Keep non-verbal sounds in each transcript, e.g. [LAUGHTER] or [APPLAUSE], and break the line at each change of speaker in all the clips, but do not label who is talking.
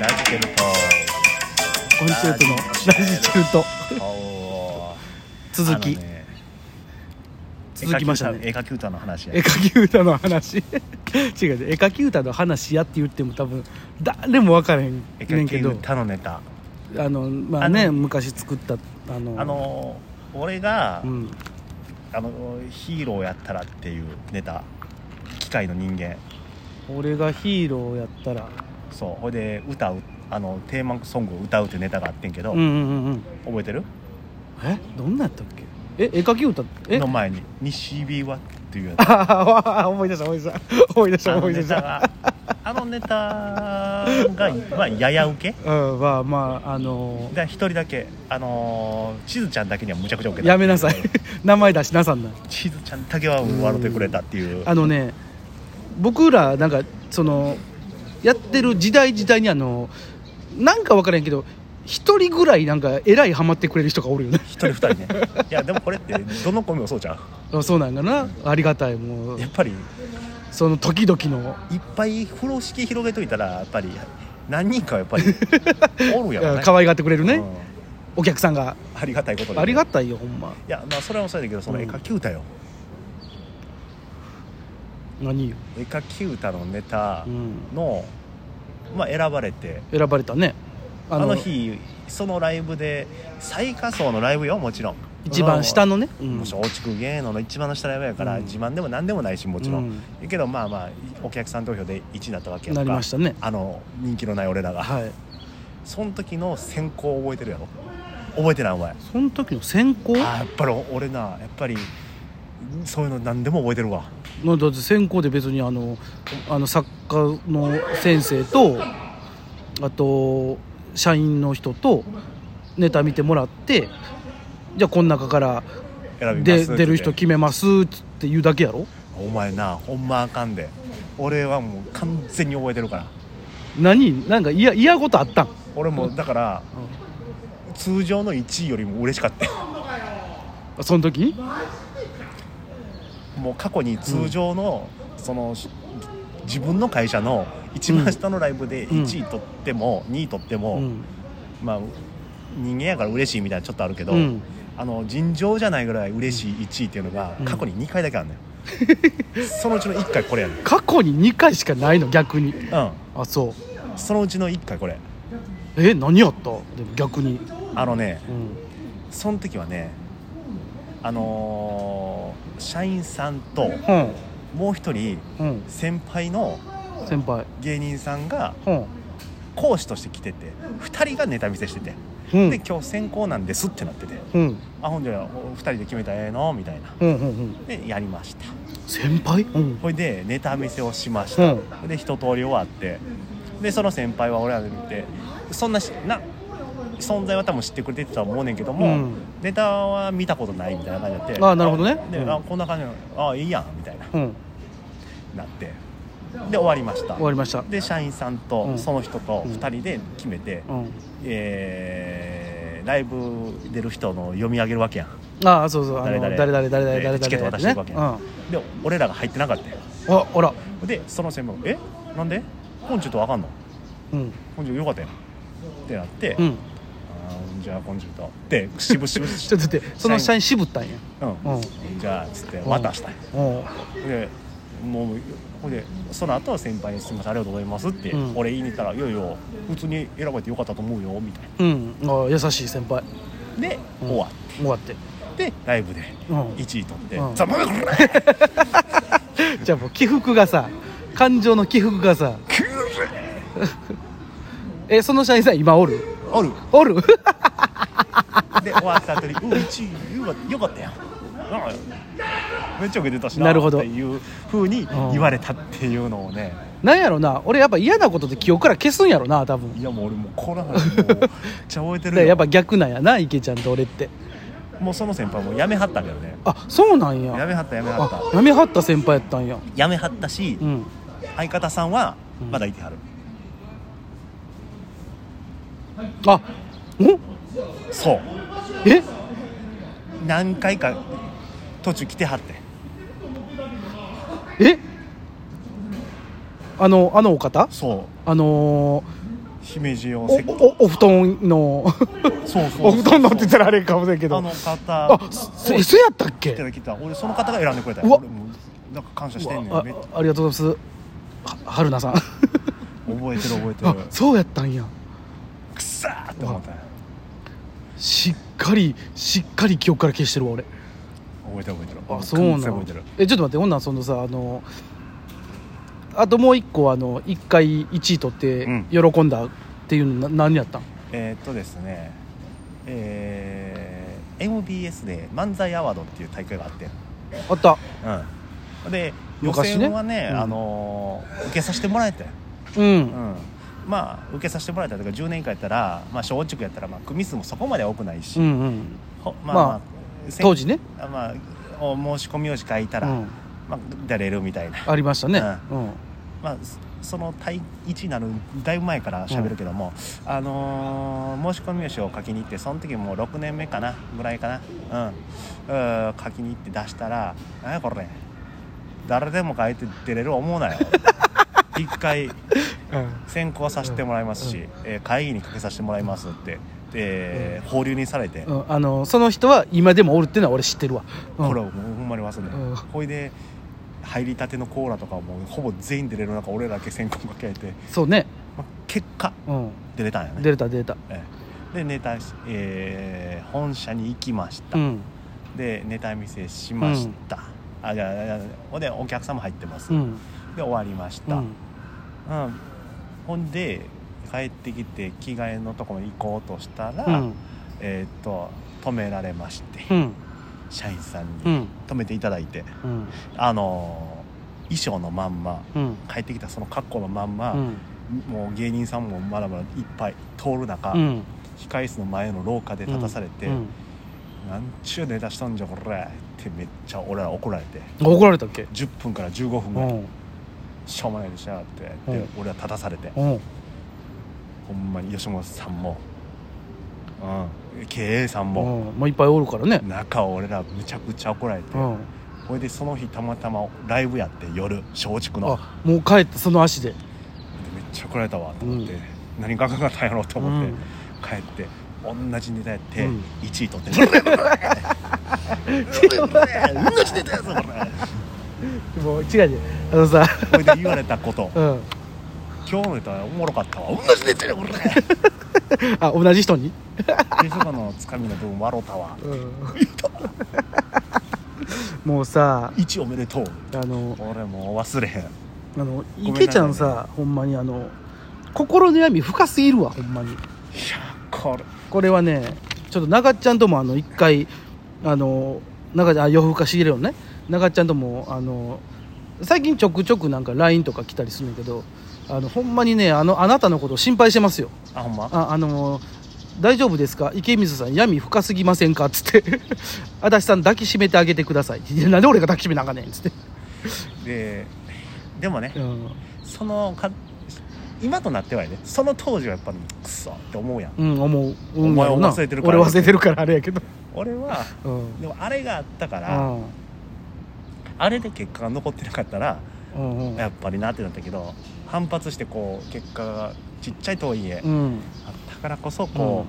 ラジケル
コンチェルトのラジチェルト
トおー
続き、
あのね
続きましたね
絵描き歌の話や
絵描き歌の話 [LAUGHS] 違う違う絵描き歌の話やって言っても多分誰も分からへん
絵
ね
描
んけ
き
ど
歌のネタ
あのまあね
あの
昔作ったあの
あのー俺が、
うん、
あのヒーローやったらっていうネタ機械の人間
俺がヒーローやったら
そうほいで歌うあのテーマソングを歌うっていうネタがあってんけど、
うんうんうんうん
覚えてる
えどんなんやったっけえ絵描き歌え
の前に「西日は」っていうや
あ
つ
[LAUGHS] あ思い出した思い出した
[LAUGHS]
思い [LAUGHS] 出し
あ
た
の
思い
ネ
出し
タ
た
があのネタが、まあ、やや受け
うんまあまああの
で一人だけあのー、しずちゃんだけにはむちゃくちゃ受けた
やめ
[LAUGHS]
なさい [LAUGHS] 名前出しなさんな
しずちゃんだけは笑ってくれたっていう
あのね僕らなんかそのやってる時代時代にあのなんか分からへんけど一人ぐらいなんかえらいハマってくれる人がおるよね
一人二人ねいやでもこれってどのコンビもそうじゃん
あそうなんだなありがたいもう
やっぱり
その時々の
いっぱい風呂敷広げといたらやっぱり何人かはやっ
[LAUGHS]
ぱりおるやろね
可愛がってくれるね、
うん
お客さんが
ありがたいことで
ありがたいよほんま
いやまあそれはそうだけどその絵描き歌よ、
何よ、
絵描き歌のネタ
うん、
の、まあ選ばれて
選ばれたね
あの日そのライブで最下層のライブよもちろん
一番下
の、
のね、う
も
ん
う、松竹芸能の一番の下ライブやから、
うん
自慢でも何でもないしもちろん、
うん
やけどまあまあお客さん投票で1位になったわけやんか
なりましたね
あの人気のない俺ら
[LAUGHS]
が
はい
その時の選考覚えてるやろ覚えてないお前あ
その時の選考
ーやっぱり俺なやっぱりそういうの何でも覚えてるわ
まあだって専攻で別にあのあの作家の先生とあと社員の人とネタ見てもらってじゃあこの中から
選びま
です
って
出る人決めますっつって言うだけやろ
お前なほんまあかんで俺はもう完全に覚えてるから
何なんか嫌嫌事あったん、
俺もだから通常の1位よりも嬉しかったよ
うんその時
もう過去に通常の、そのし自分の会社の一番下のライブで
うん
1位取っても、2位取っても、
うん
まあ人間やから嬉しいみたいなちょっとあるけど、
うん
あの尋常じゃないぐらい嬉しい1位っていうのが
うん
過去に2回だけ
[LAUGHS]
あるのよ、そのうちの1回これやね
過去に2回しかないの逆に
ん、
あそう
うん、そのうちの1回これ
え何やったでも逆に、
あのね
うん、
その時はねあのー社員さんと
うん
もう一人
うん
先輩の
先輩
芸人さんが
うん
講師として来てて2人がネタ見せしてて、
う
で
ん
今日先行なんですってなってて
うん
あほんじゃ2人で決めたらええのみたいな
うんうんうん
でやりました
先輩うん
ほいでネタ見せをしまし
う
た、
ん
で一通り終わってでその先輩は俺らで見てそんなしな存在は多分知ってくれてたと思うねんけども、
うん
ネタは見たことないみたいな感じになって
あーなるほどね
で、
うん
あこんな感じなのあいいやんみたいな
うん
なってで終わりました
終わりました
で社員さん
う
と
ん
その人と
うん
2人で決めて、
うん
えーライブ出る人の読み上げるわけやん
ああそうそうあ
誰
の
々
誰々誰々誰々
でチケット渡していくわけ
ね
や
うんあ
で俺らが入ってなかったよ
あら
でその先輩がえなんで本日とわかんの
うん
今週よかったよってなって、
うん
あーじゃあ今週とでしぶしぶ
[LAUGHS] ちょっと待ってその社員渋ったんや
うん、じゃあつって渡したよ
うんうん
でもうほいでその後は先輩に「すみませんありがとうございます」って、
うん
俺言いに行ったら「いやいや普通に選ばれてよかったと思うよ」みたい
うんああ優しい先輩
なで、
うん
終わ
終わって [LAUGHS]
ってライブで
うん
1位取って
うん
「ざまめくれ!」
じゃあもう起伏がさ感情の起伏がさ [LAUGHS] えその社員さん今おる
おる
おる [LAUGHS]
で終わった後に「うん1位よかったよかったよ」なんかめっちゃ受けてたしな
なるほど
っていうふうに言われたっていうのをね、
なんやろな俺やっぱ嫌なことって記憶から消すんやろな多分
いやもう俺もうこの話もうめっちゃ覚えて
だ
るよ
からやっぱ逆なんやな池ちゃんと俺って
もうその先輩も辞めはったけどね
あそうなんや
辞めはった辞めはった
あやめはった先輩やったんや
辞めはったし、
うん
相方さんは
うん
まだいてはる、
あん
そう
え
何回か途中来てはって
えあのあのお方
そ
あのー
姫路を
お
せ
おお布団の [LAUGHS]
そうそうそう
お布団のって言ったらあれかもしれんけ
あ
ど
の
あ
方
そそやったっ
来て
け
た来てた俺その方が選んでくれた
うわ
よ俺もなんか感謝してんねん
あ
めっちゃ
ありがとうございますははるなさん
覚えてる覚えて
[LAUGHS] あ
る
そうやったんや
くさーって思ったよ
しっかりしっかり記憶から消してるわ俺
覚えてる覚えてる
あそうな
完全
の
覚えてる
えちょっと待ってほんならそのさあのあともう一個あの一回1位取って
うん
喜んだっていうのな何やったん
えーっとですねえー MBS で漫才アワードっていう大会があって
あった
うんで予
昔ね
選はね
うん
あのー受けさせてもらえたよ
うん、
うんまあ受けさせてもらえたとか10年間やったら、まあ、小地区やったら、まあ、組数もそこまでは多くないし、
うんうん
ほま
まあ
せん
当時ね、
あまあお申し込みを書いた
う
ら、
ん、
まあ、出れるみたいな、
ありましたね、う
うんまあ、そその第一になるだいぶ前から喋るけども、あのー申し込み用紙を書きに行ってその時もう6年目かなぐらいかなうん、うん、書きに行って出したら「何やこれ誰でも書いて出れる思うなよ」 [LAUGHS] 一回選考させてもらいますし、えー会議にかけさせてもらいますって、で放流にされて、
うんあのその人は今でもおるっていうのは俺知ってるわ、うん
これをもうほんまに忘れない、
うん
ほいで入りたてのコーラとかもうほぼ全員出れる中俺らだけ選考かけて、
そうね、
まあ、結果
うん、
出れたんよね
出れた出れた
ええでネタし、えー本社に行きました、
うん
でネタ見せしました、あじゃあじゃあほんでお客様入ってます、
うん
で終わりまし
う
た、
ん
うんほんで帰ってきて着替えのところに行こうとしたら、
うん
えーっと止められまして、
うん
社員さん
う
に
ん
止めていただいて、
うん
あのー衣装のまんま
うん
帰ってきたその格好のまんま、
うん
もう芸人さんもまだまだいっぱい通る中、
うん
控室の前の廊下で立たされて「
うん
なんちゅうネタしとんじゃこれ」ってめっちゃ俺ら怒られて
怒られたっけ
10分から15分
う
ぐらい、
ん
しょうもないでしょって、
うん
で俺ら立たされて、
うん
ほんまに吉本さんも、うん、経営さん
う
も、
んまあいっぱいおるからね
中を俺らむちゃくちゃ怒られて、
うん
ほいでその日たまたまライブやって夜松竹の
あもう帰ったその足で
めっちゃ怒られたわと思って、
うん
何がかかったんやろうと思って、
うん
帰って同じネタやって
うん
1位取って「
[LAUGHS]
うわしてたやつこれ」
もう違う違うあのさ
ほいで言われたこと
うん
「今日のネタおもろかったわ同じネタやこれ」
あ同じ人に
「そばのつかみの分笑うたわ
うんもうさ
1位おめでとう」
あの
俺もう忘れへん
あ
め
の
んなさいね
池ちゃんさほんまにあの心の闇深すぎるわほんまに
これ
これはねちょっと長っちゃんともあの一回あの長ちゃんあ洋風化しげるのね長っちゃんともあの最近ちょくちょくなんか LINE とか来たりするんだけどあのほんまにねあのあなたのことを心配してますよ
あほんま
ああの大丈夫ですか池水さん闇深すぎませんかっつって [LAUGHS] 「足立さん抱きしめてあげてください」いやなんで俺が抱きしめなあかんねん」っつって、
ででもね
うん
そのか今となってはねその当時はやっぱクソって思うやん
うん、思う、うん、
お前
やろな
忘れてるから
俺忘れてるからあれやけど
俺は
うん、うん
でもあれがあったから、あれで結果が残ってなかったら
うん
やっぱりなってなったけど反発してこう結果がちっちゃいとはいえ、
うん
あったからこそこ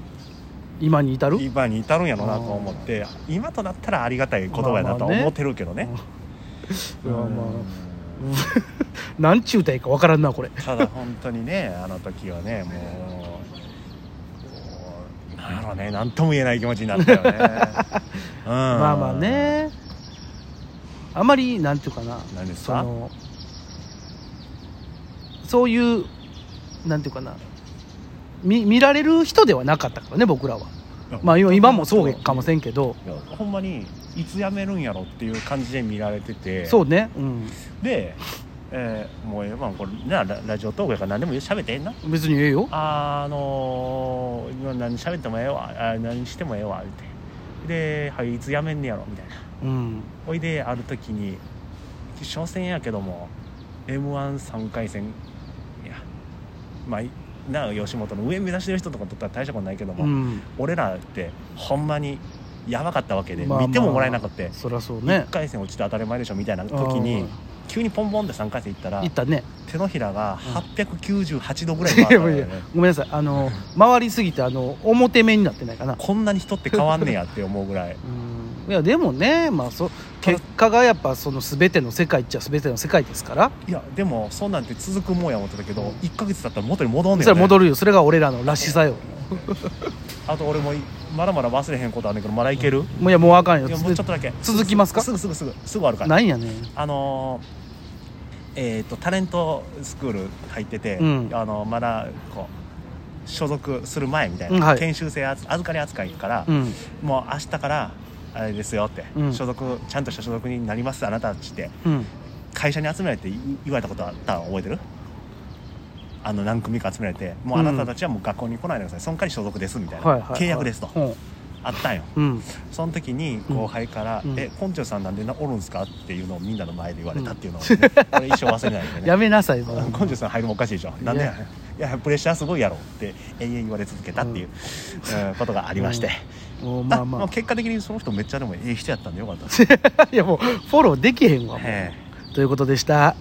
今に至
う、
る
今に至るんやろなと思って今となったらありがたい言葉やなとは
まあまあね
思ってるけどね,う、
うんんまあなんちゅうたらいいかわからんなこれ
ただ本当にねあの時はねもうなんやろうね何とも言えない気持ちになったよ
[LAUGHS]
ね、うん、
まあまあねあまりなんていうかな
何です
そ
か
のそういうなんていうかな見見られる人ではなかったからね僕らはまあ今今もそうかもせんけど
いやほんまにいつ辞めるんやろっていう感じで見られてて
そうねうん
で、えーもうええわこれなララジオトークやから何でも喋ってええな
別にええよ
あーあのー今何喋ってもええわあー何してもええわってで、はい、いつ辞めんねやろみたいな
うん
ほいである時に初戦やけども m 1 3回戦いやまあいな吉本の上目指してる人とかとったら大したことないけども、
うん
俺らってほんまにやばかったわけで、
まあまあ
見てももらえなくて
そりゃそう
一
ね
回戦落ちて当たり前でしょみたいな時に
うん
急にポンポンって3回戦行ったら
行ったね
手のひらが898度ぐらい
い
回った
やい
の
やい
よ
や
ね
ごめんなさいあの回りすぎてあの表面になってないかな
こんなに人って変わんねやって思うぐらい
うんいやでもね、まあ、そ結果がやっぱその全ての世界っちゃ全ての世界ですから、
いやでもそんなんて続くもんや思ってたけど、
うん
1ヶ月経ったら元に戻んね
それ
ん、
は
ね、
戻るよそれが俺らのらしさよ
あと俺もいまだまだ忘れへんことあんねんけどまだいける、
もういやもうあかんよ
いや
つ
もうちょっとだけ
続きますか
すぐすぐすぐすぐあるから
ないんやね
あのーえっ、とタレントスクール入ってて、
うん
あのまだこう所属する前みたいな、
うんはい
研修生あず預かり扱いから、
うん
もう明日からあれですよって、
うん
所属ちゃんとした所属になりますあなたたちって
うん
会社に集められてい言われたことあったの覚えてるあの何組か集められてもうあなたたちはもう学校に来ないでください、その代わり所属ですみたいな、
はいはいはい
契約ですと、あったんよ
うん
その時に後輩から「
うん
えコンチョさんなんでなおるんすか?」っていうのをみんなの前で言われたっていうのを、ね [LAUGHS] 俺一生忘れないんでね
[LAUGHS] やめなさいもう
コンチョさん入るもおかしいでしょなんで
い
や
や
いやプレッシャーすごいやろって永遠言われ続けたっていう、うんことがありまして、
もう
ま
ま
あ
あま
まあ
[LAUGHS] あ
結果的にその
[LAUGHS]
人めっちゃでもええ人やったんでよかったです
いやもうフォローできへんわもう
ええ
ということでした